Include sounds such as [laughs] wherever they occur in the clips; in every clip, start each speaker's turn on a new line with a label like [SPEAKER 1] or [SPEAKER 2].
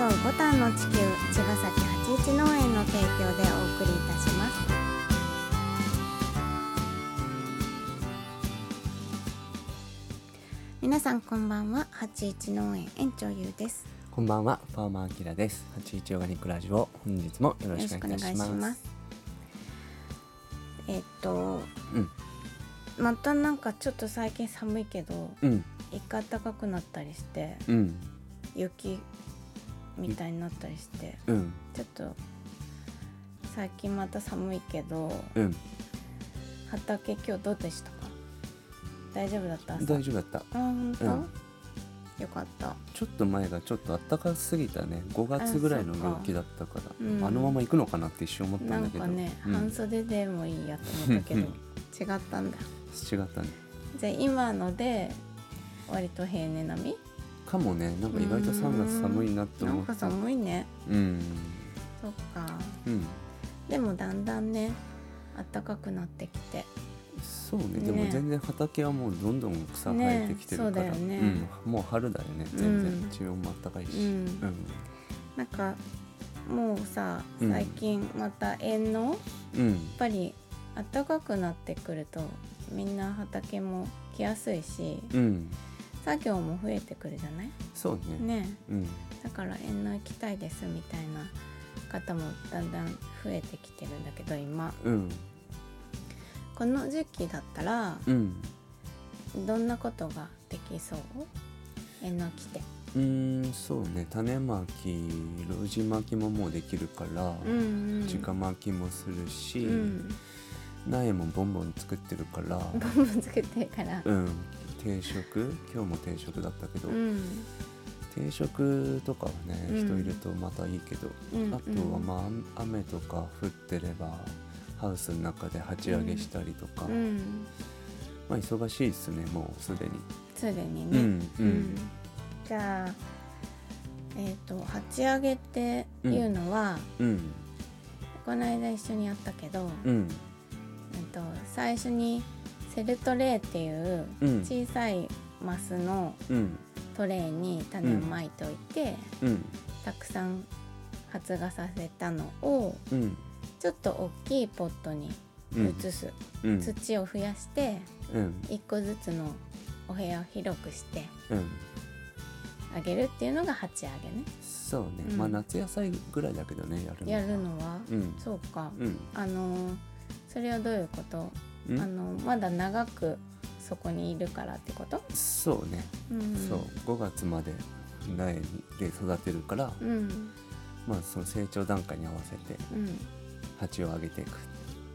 [SPEAKER 1] の地球茅ヶ崎八一農園の提供でお送りいたします皆さんこんばんは八一農園園長ゆうです
[SPEAKER 2] こんばんは、パーマアキラです。八一オーガニックラジオ、本日もよ
[SPEAKER 1] よ
[SPEAKER 2] ろ
[SPEAKER 1] ろ
[SPEAKER 2] し
[SPEAKER 1] し
[SPEAKER 2] く
[SPEAKER 1] く
[SPEAKER 2] お
[SPEAKER 1] お願
[SPEAKER 2] 願
[SPEAKER 1] い
[SPEAKER 2] い
[SPEAKER 1] し
[SPEAKER 2] し
[SPEAKER 1] ます
[SPEAKER 2] ます。
[SPEAKER 1] えっと
[SPEAKER 2] うん、
[SPEAKER 1] またなんかちょっと最近寒いけど
[SPEAKER 2] うん、
[SPEAKER 1] 一回暖かくなったりして
[SPEAKER 2] うん、
[SPEAKER 1] 雪みたいになったりして
[SPEAKER 2] うん、
[SPEAKER 1] ちょっと最近また寒いけど
[SPEAKER 2] うん、
[SPEAKER 1] 畑今日どうでしたか大丈夫だった朝
[SPEAKER 2] 大丈夫だった。
[SPEAKER 1] あ本当、
[SPEAKER 2] うん
[SPEAKER 1] よかった
[SPEAKER 2] ちょっと前がちょっと暖かすぎたね。5月ぐらい
[SPEAKER 1] あ
[SPEAKER 2] の
[SPEAKER 1] そっか
[SPEAKER 2] 陽気だったから、
[SPEAKER 1] うん
[SPEAKER 2] あのまま行くのかなって一瞬思った
[SPEAKER 1] なん
[SPEAKER 2] だ
[SPEAKER 1] ん
[SPEAKER 2] けど、
[SPEAKER 1] かね、
[SPEAKER 2] うん、
[SPEAKER 1] 半袖でもいいやと思ったけど
[SPEAKER 2] う
[SPEAKER 1] 違
[SPEAKER 2] ん
[SPEAKER 1] ったんだ
[SPEAKER 2] 違ったね。
[SPEAKER 1] じゃあ今ので割と平年並み
[SPEAKER 2] かもね、なんか意外と3月寒いなって
[SPEAKER 1] な
[SPEAKER 2] 思
[SPEAKER 1] ん
[SPEAKER 2] っ
[SPEAKER 1] か
[SPEAKER 2] た。うん、
[SPEAKER 1] 寒いね
[SPEAKER 2] うん、
[SPEAKER 1] そっか
[SPEAKER 2] うん、
[SPEAKER 1] でもだんだんね暖かくなってきて
[SPEAKER 2] そうね。
[SPEAKER 1] ね
[SPEAKER 2] でも全然畑はもうどんどん草生えてきてるから、
[SPEAKER 1] ねそうだよね
[SPEAKER 2] うん、もう春だよね。全
[SPEAKER 1] うん
[SPEAKER 2] 然地温も暖かいし、
[SPEAKER 1] うん
[SPEAKER 2] うん、
[SPEAKER 1] なんかもうさ
[SPEAKER 2] うん
[SPEAKER 1] 最近また縁の、やっ
[SPEAKER 2] うん、
[SPEAKER 1] ぱり暖かくなってくるとみんな畑も来やすいし
[SPEAKER 2] うん、
[SPEAKER 1] 作業も増えてくるじゃない
[SPEAKER 2] そうね。
[SPEAKER 1] ね
[SPEAKER 2] うん、
[SPEAKER 1] だから縁の行きたいですみたいな方もだんだん増えてきてるんだけど今
[SPEAKER 2] うん、
[SPEAKER 1] この時期だったら
[SPEAKER 2] うん。
[SPEAKER 1] どんなことができそう縁の来て
[SPEAKER 2] うーんそうね種まき路地まきももうできるから、
[SPEAKER 1] うん
[SPEAKER 2] 直まきもするし、
[SPEAKER 1] うん
[SPEAKER 2] 苗もボンボン作ってるから
[SPEAKER 1] ボンボン作ってるから
[SPEAKER 2] うん定食今日も定食だったけど、
[SPEAKER 1] うん
[SPEAKER 2] 定食とかはね
[SPEAKER 1] うん
[SPEAKER 2] 人いるとまたいいけど、
[SPEAKER 1] うん
[SPEAKER 2] あとはまあ雨とか降ってればハウスの中で鉢上げしたりとか、
[SPEAKER 1] うん
[SPEAKER 2] まあ忙しいですねもうすでに。
[SPEAKER 1] すでにね、
[SPEAKER 2] うんうん
[SPEAKER 1] じゃあえっ、と鉢上げっていうのは、
[SPEAKER 2] うん
[SPEAKER 1] この間一緒にやったけど、
[SPEAKER 2] う
[SPEAKER 1] え
[SPEAKER 2] ん
[SPEAKER 1] っと最初にセルトレーっていう
[SPEAKER 2] うん
[SPEAKER 1] 小さいマスの
[SPEAKER 2] うん
[SPEAKER 1] トレーに種をまいておいて、
[SPEAKER 2] うん
[SPEAKER 1] たくさん発芽させたのを
[SPEAKER 2] うん
[SPEAKER 1] ちょっと大きいポットに
[SPEAKER 2] うん
[SPEAKER 1] 移す、
[SPEAKER 2] うん
[SPEAKER 1] 土を増やして
[SPEAKER 2] うん
[SPEAKER 1] 1個ずつのお部屋を広くして
[SPEAKER 2] うん
[SPEAKER 1] あげるっていうのが鉢上げね。
[SPEAKER 2] そうね、
[SPEAKER 1] うん
[SPEAKER 2] まあ夏野菜ぐらいだけどねやるのは
[SPEAKER 1] やるのは、
[SPEAKER 2] うん
[SPEAKER 1] そうか、
[SPEAKER 2] うん
[SPEAKER 1] あのーそれはどういうこと、
[SPEAKER 2] うん
[SPEAKER 1] あのまだ長くそこにいるからってこと、
[SPEAKER 2] そうね、
[SPEAKER 1] うん、
[SPEAKER 2] そう5月まで苗で育てるから、
[SPEAKER 1] うん
[SPEAKER 2] まあその成長段階に合わせて
[SPEAKER 1] うん
[SPEAKER 2] 鉢を上げていく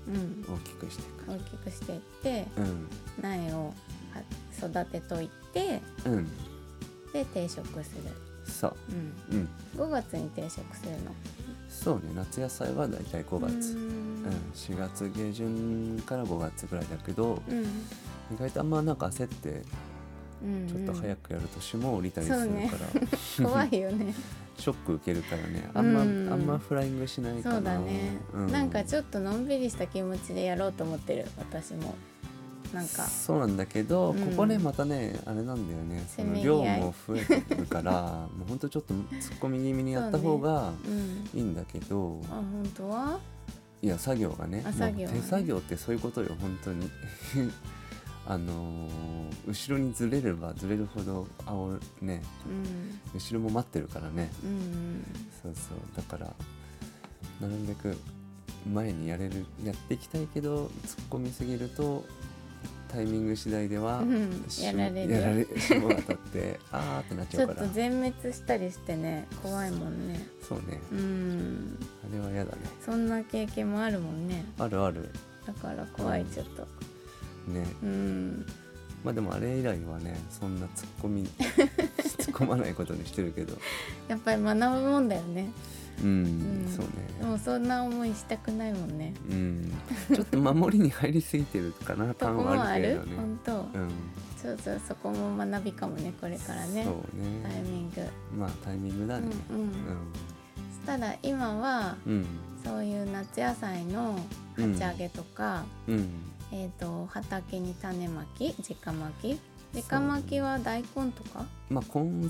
[SPEAKER 1] うん
[SPEAKER 2] 大きくしていく
[SPEAKER 1] 大きくしていって
[SPEAKER 2] うん
[SPEAKER 1] 苗をは育てといて
[SPEAKER 2] うん
[SPEAKER 1] で定食する、
[SPEAKER 2] そう
[SPEAKER 1] うん、
[SPEAKER 2] うん
[SPEAKER 1] 5月に定食するの
[SPEAKER 2] そうね夏野菜はだいたい5
[SPEAKER 1] う
[SPEAKER 2] 月うん、
[SPEAKER 1] ん
[SPEAKER 2] 4月下旬から5月ぐらいだけど
[SPEAKER 1] うん
[SPEAKER 2] 意外とあんまなんか焦って
[SPEAKER 1] うん
[SPEAKER 2] ちょっと早くやると霜を降りたりするから、
[SPEAKER 1] うん怖いよね
[SPEAKER 2] ショック受けるからねあんま、
[SPEAKER 1] うん
[SPEAKER 2] あんまフライングし [laughs] ないかな
[SPEAKER 1] そうだね、
[SPEAKER 2] う
[SPEAKER 1] なんかちょっとのんびりした気持ちでやろうと思ってる私もなんか
[SPEAKER 2] そうなんだけど、
[SPEAKER 1] うん
[SPEAKER 2] ここねまたねあれなんだよねそ
[SPEAKER 1] せめ
[SPEAKER 2] の
[SPEAKER 1] ぎ合
[SPEAKER 2] 量
[SPEAKER 1] い
[SPEAKER 2] も増えてる
[SPEAKER 1] [laughs]
[SPEAKER 2] からもうほんとちょっとツッコミ気味にやった方が
[SPEAKER 1] うん
[SPEAKER 2] いいんだけど、
[SPEAKER 1] あ本当はい
[SPEAKER 2] や作業がね
[SPEAKER 1] あ作業はね
[SPEAKER 2] もう手作業ってそういうことよ本当に [laughs] あのー後ろにずれればずれるほどあおね
[SPEAKER 1] うん
[SPEAKER 2] 後ろも待ってるからね
[SPEAKER 1] うん
[SPEAKER 2] そうそうだからなるべく前にやれるやっていきたいけど突っ込みすぎるとタイミング次第では、
[SPEAKER 1] うん
[SPEAKER 2] し
[SPEAKER 1] やられる
[SPEAKER 2] やられ霜が当たって [laughs] あーってなっち
[SPEAKER 1] ち
[SPEAKER 2] ゃ
[SPEAKER 1] ょ
[SPEAKER 2] うか
[SPEAKER 1] っ
[SPEAKER 2] ら
[SPEAKER 1] と全滅したりしてね怖いもんね
[SPEAKER 2] そうね
[SPEAKER 1] うん
[SPEAKER 2] あれは嫌だね
[SPEAKER 1] そんな経験もあるもんね
[SPEAKER 2] あるある
[SPEAKER 1] だから怖い
[SPEAKER 2] うん
[SPEAKER 1] ちょっと
[SPEAKER 2] ね
[SPEAKER 1] うん
[SPEAKER 2] まあでもあれ以来はねそんな突っ込
[SPEAKER 1] [laughs]
[SPEAKER 2] み突っ込まないことにしてるけど
[SPEAKER 1] やっぱり学ぶもんだよね
[SPEAKER 2] うん、
[SPEAKER 1] うん
[SPEAKER 2] そうね
[SPEAKER 1] でもそんな思いしたくないもんね
[SPEAKER 2] うんちょっと守りに入りすぎてるかな
[SPEAKER 1] [laughs] とこ
[SPEAKER 2] 感
[SPEAKER 1] も
[SPEAKER 2] はあ
[SPEAKER 1] あ
[SPEAKER 2] るけ
[SPEAKER 1] る
[SPEAKER 2] どね
[SPEAKER 1] 本当、
[SPEAKER 2] うん
[SPEAKER 1] そうそうそこも学びかもねこれからね
[SPEAKER 2] そうね
[SPEAKER 1] タイミング
[SPEAKER 2] まあタイミングだね。
[SPEAKER 1] うんうんそしたら今は
[SPEAKER 2] うん。うん。
[SPEAKER 1] そういう夏野菜の鉢上げとか、
[SPEAKER 2] うん。
[SPEAKER 1] えー、と畑に種まき直まきデカ巻きは大根とか
[SPEAKER 2] まあ根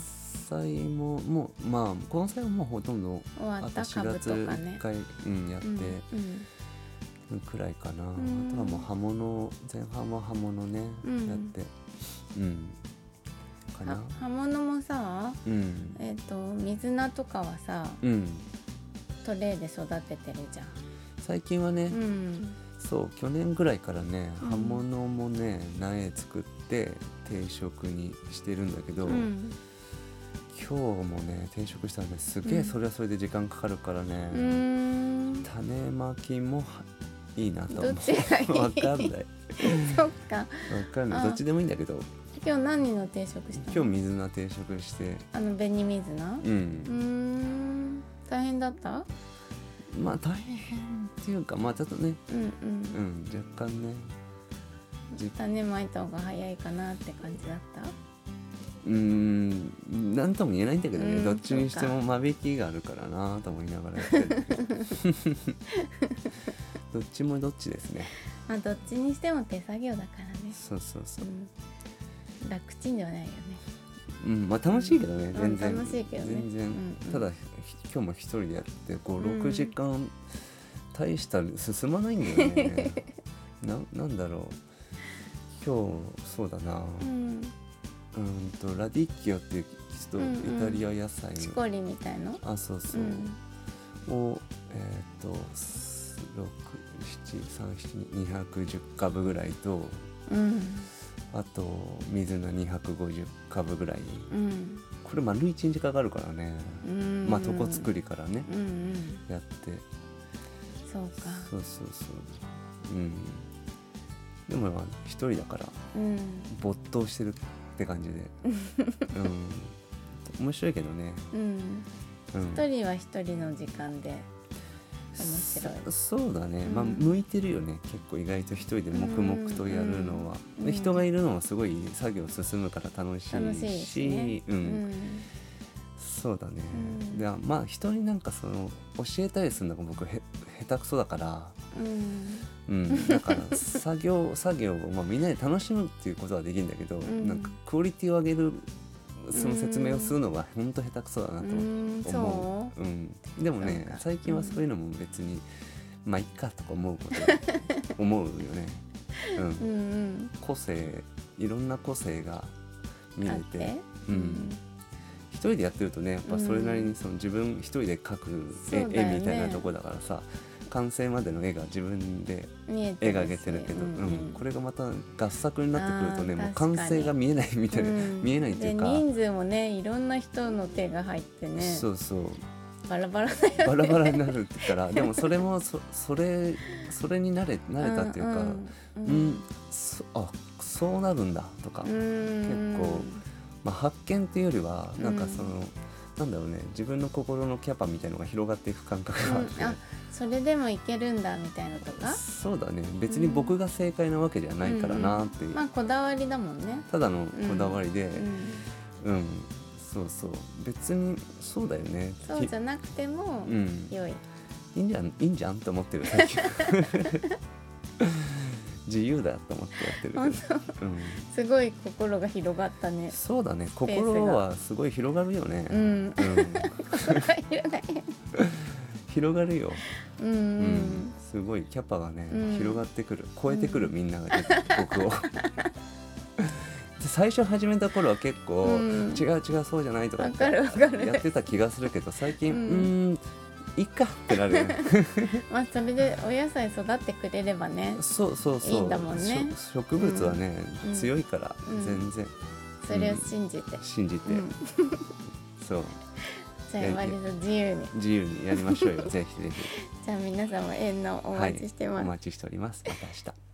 [SPEAKER 2] 菜ももうまあ根菜はもうほとんど
[SPEAKER 1] 終わ
[SPEAKER 2] あ
[SPEAKER 1] っ
[SPEAKER 2] と
[SPEAKER 1] た
[SPEAKER 2] 4
[SPEAKER 1] 株と
[SPEAKER 2] 月
[SPEAKER 1] か
[SPEAKER 2] 1
[SPEAKER 1] ね。
[SPEAKER 2] 回、うん、やって
[SPEAKER 1] うんうん
[SPEAKER 2] くらいかな、
[SPEAKER 1] ん
[SPEAKER 2] あとはもう刃物前半は刃物ね、
[SPEAKER 1] うん
[SPEAKER 2] やってうんか
[SPEAKER 1] は
[SPEAKER 2] な
[SPEAKER 1] 葉物もさ
[SPEAKER 2] うん
[SPEAKER 1] えっ、と水菜とかはさ
[SPEAKER 2] うん
[SPEAKER 1] トレーで育ててるじゃん。
[SPEAKER 2] 最近はね、
[SPEAKER 1] うん、
[SPEAKER 2] そう去年ぐらいからね
[SPEAKER 1] うん
[SPEAKER 2] 刃物もね苗作って定食にしてるんだけど、
[SPEAKER 1] うん、
[SPEAKER 2] 今日もね定食したらねすげ
[SPEAKER 1] う
[SPEAKER 2] え
[SPEAKER 1] ん
[SPEAKER 2] それはそれで時間かかるからね、
[SPEAKER 1] うーん
[SPEAKER 2] 種まきもはいいなと思
[SPEAKER 1] ど
[SPEAKER 2] う
[SPEAKER 1] っちがいい
[SPEAKER 2] [laughs] わかんないわ
[SPEAKER 1] そっか
[SPEAKER 2] かんない
[SPEAKER 1] あ
[SPEAKER 2] どっちでもいいんだけど
[SPEAKER 1] 今日何の定食したの
[SPEAKER 2] 今日水菜定食して
[SPEAKER 1] あの紅水菜
[SPEAKER 2] う
[SPEAKER 1] うー
[SPEAKER 2] ん、
[SPEAKER 1] ん大変だった
[SPEAKER 2] まあ大変っていうかまあちょっとね
[SPEAKER 1] うんう
[SPEAKER 2] うんん若干ねじ
[SPEAKER 1] 種まいた方が早いかなって感じだった
[SPEAKER 2] うーん何とも言えないんだけどね、
[SPEAKER 1] うん
[SPEAKER 2] どっちにして
[SPEAKER 1] そ
[SPEAKER 2] も間引きがあるからなと思いながらやってるんだけど [laughs] どっちもどっちですね
[SPEAKER 1] まあどっちにしても手作業だからね、
[SPEAKER 2] そうそうそうう、
[SPEAKER 1] ん、楽ちんではないよね
[SPEAKER 2] うん、まあ楽しいけどね
[SPEAKER 1] うん
[SPEAKER 2] 全然
[SPEAKER 1] 楽しいけどね
[SPEAKER 2] 全然、
[SPEAKER 1] うんうん
[SPEAKER 2] ただひ今日も一人でやって
[SPEAKER 1] う
[SPEAKER 2] 56
[SPEAKER 1] ん
[SPEAKER 2] 時間大した進まないんだよ
[SPEAKER 1] [laughs]
[SPEAKER 2] ねななんだろう今日そうだな、
[SPEAKER 1] うん
[SPEAKER 2] うんとラディッキオっていうちょっ
[SPEAKER 1] うんうん
[SPEAKER 2] とイタリア野菜
[SPEAKER 1] チコリみたいの
[SPEAKER 2] あそうそう
[SPEAKER 1] ん
[SPEAKER 2] う、をえっ、とす六七三七二百十株ぐらいと
[SPEAKER 1] うん
[SPEAKER 2] あと水菜二百五十株ぐらい
[SPEAKER 1] うん
[SPEAKER 2] これ丸一日かかるからね、
[SPEAKER 1] うん
[SPEAKER 2] まあ床作りからね、
[SPEAKER 1] うんうん
[SPEAKER 2] やって
[SPEAKER 1] そうか
[SPEAKER 2] そうそうそううんでもまあ一人だから
[SPEAKER 1] うん
[SPEAKER 2] 没頭してるって感
[SPEAKER 1] [laughs]
[SPEAKER 2] じでうん面白いけどね、
[SPEAKER 1] うん
[SPEAKER 2] うん、
[SPEAKER 1] 一人は一人の時間で面白い
[SPEAKER 2] そそうだね、まあ
[SPEAKER 1] うん
[SPEAKER 2] 向いてるよね結構意外と一人で黙々とやるのは、
[SPEAKER 1] うん
[SPEAKER 2] で人がいるのはすごい作業進むから楽しいし
[SPEAKER 1] 楽しいですね
[SPEAKER 2] うん
[SPEAKER 1] うん
[SPEAKER 2] そうだね、
[SPEAKER 1] うん
[SPEAKER 2] でまあ人になんかその教えたりするのが僕へ下手くそだから、
[SPEAKER 1] うん
[SPEAKER 2] うん、だから作業作業を、まあ、みんなで楽しむっていうことはできるんだけど、
[SPEAKER 1] ん
[SPEAKER 2] なんかクオリティを上げるその説明をするのが本当下手くそだなと思って
[SPEAKER 1] うん
[SPEAKER 2] 思、
[SPEAKER 1] そう
[SPEAKER 2] うん、でもね
[SPEAKER 1] そうか
[SPEAKER 2] 最近はそういうのも別に、まあいっかとか思うことは思うよ
[SPEAKER 1] [laughs]
[SPEAKER 2] ね、うん
[SPEAKER 1] ううん
[SPEAKER 2] 個性いろんな個性が
[SPEAKER 1] うん
[SPEAKER 2] 見
[SPEAKER 1] あ
[SPEAKER 2] れ
[SPEAKER 1] ってて
[SPEAKER 2] うん一人でやってるとねやっぱそれなりにその自分一人で描く絵,、
[SPEAKER 1] そうだよね
[SPEAKER 2] 絵みたいなとこだからさ完成までの絵が自分で
[SPEAKER 1] 見えて
[SPEAKER 2] 絵
[SPEAKER 1] るし
[SPEAKER 2] が上げてるけど、
[SPEAKER 1] う
[SPEAKER 2] うんん
[SPEAKER 1] うん
[SPEAKER 2] これがまた合作になってくるとね
[SPEAKER 1] あー
[SPEAKER 2] も
[SPEAKER 1] 確
[SPEAKER 2] う完
[SPEAKER 1] かに
[SPEAKER 2] 成が見えないみたいな、
[SPEAKER 1] うん
[SPEAKER 2] 見えないっていうか
[SPEAKER 1] で人数もねいろんな人の手が入ってね
[SPEAKER 2] そうそう
[SPEAKER 1] バラバラだよ
[SPEAKER 2] バラバラになる
[SPEAKER 1] [laughs]
[SPEAKER 2] からでもそれもそそれそれに慣れ慣れたっていうか、うん
[SPEAKER 1] うんうん
[SPEAKER 2] そあそうなるんだとか、
[SPEAKER 1] うん
[SPEAKER 2] 結構まあ、発見っていうよりは
[SPEAKER 1] うん
[SPEAKER 2] なんかその、なんだろうね自分の心のキャパみたいのが広がっていく感覚があっ
[SPEAKER 1] うんあそれでもいけるんだみたいなと
[SPEAKER 2] て、
[SPEAKER 1] か
[SPEAKER 2] そうだね別に僕が正解なわけじゃないからなっていう、
[SPEAKER 1] まあこだわりだもんね
[SPEAKER 2] ただのこだわりで、
[SPEAKER 1] うん
[SPEAKER 2] うんそうそう別にそうだよね
[SPEAKER 1] そうじ
[SPEAKER 2] ゃ
[SPEAKER 1] ゃなくても
[SPEAKER 2] うん
[SPEAKER 1] 良い
[SPEAKER 2] いいんじゃんいいんじゃんと思っ
[SPEAKER 1] [laughs]
[SPEAKER 2] てる最近自由だと思ってやってるけど、う
[SPEAKER 1] すごい心が広がった
[SPEAKER 2] ん、
[SPEAKER 1] ね
[SPEAKER 2] そうだね
[SPEAKER 1] ペースが
[SPEAKER 2] 心はすごい広がるよね、
[SPEAKER 1] うん
[SPEAKER 2] うん
[SPEAKER 1] 心が広がる
[SPEAKER 2] 広がるよ、
[SPEAKER 1] うんう
[SPEAKER 2] うん
[SPEAKER 1] ん
[SPEAKER 2] すごいキャパがね、
[SPEAKER 1] うん
[SPEAKER 2] 広がってくる超えてくる、
[SPEAKER 1] うん
[SPEAKER 2] みんなが僕を最初始めた頃は結構、
[SPEAKER 1] うん
[SPEAKER 2] 違う違うそうじゃないとか
[SPEAKER 1] わかるわか
[SPEAKER 2] やっ
[SPEAKER 1] る
[SPEAKER 2] てた気がするけど最近
[SPEAKER 1] う
[SPEAKER 2] うんんんいっかってなる
[SPEAKER 1] [laughs]
[SPEAKER 2] よね
[SPEAKER 1] まあそれでお野菜育ってくれればね
[SPEAKER 2] そうそうそう
[SPEAKER 1] いいんだもんね
[SPEAKER 2] しょ植物はね、
[SPEAKER 1] うん
[SPEAKER 2] 強いから、
[SPEAKER 1] うん
[SPEAKER 2] 全然
[SPEAKER 1] それを信じて、
[SPEAKER 2] 信じて、
[SPEAKER 1] うん、
[SPEAKER 2] そう
[SPEAKER 1] じゃあ割と自由に
[SPEAKER 2] 自由
[SPEAKER 1] [laughs]
[SPEAKER 2] にやりましょうよぜひぜひ
[SPEAKER 1] じゃあ皆さんも縁のお待ちしてます、
[SPEAKER 2] お待ちしておりますまた明日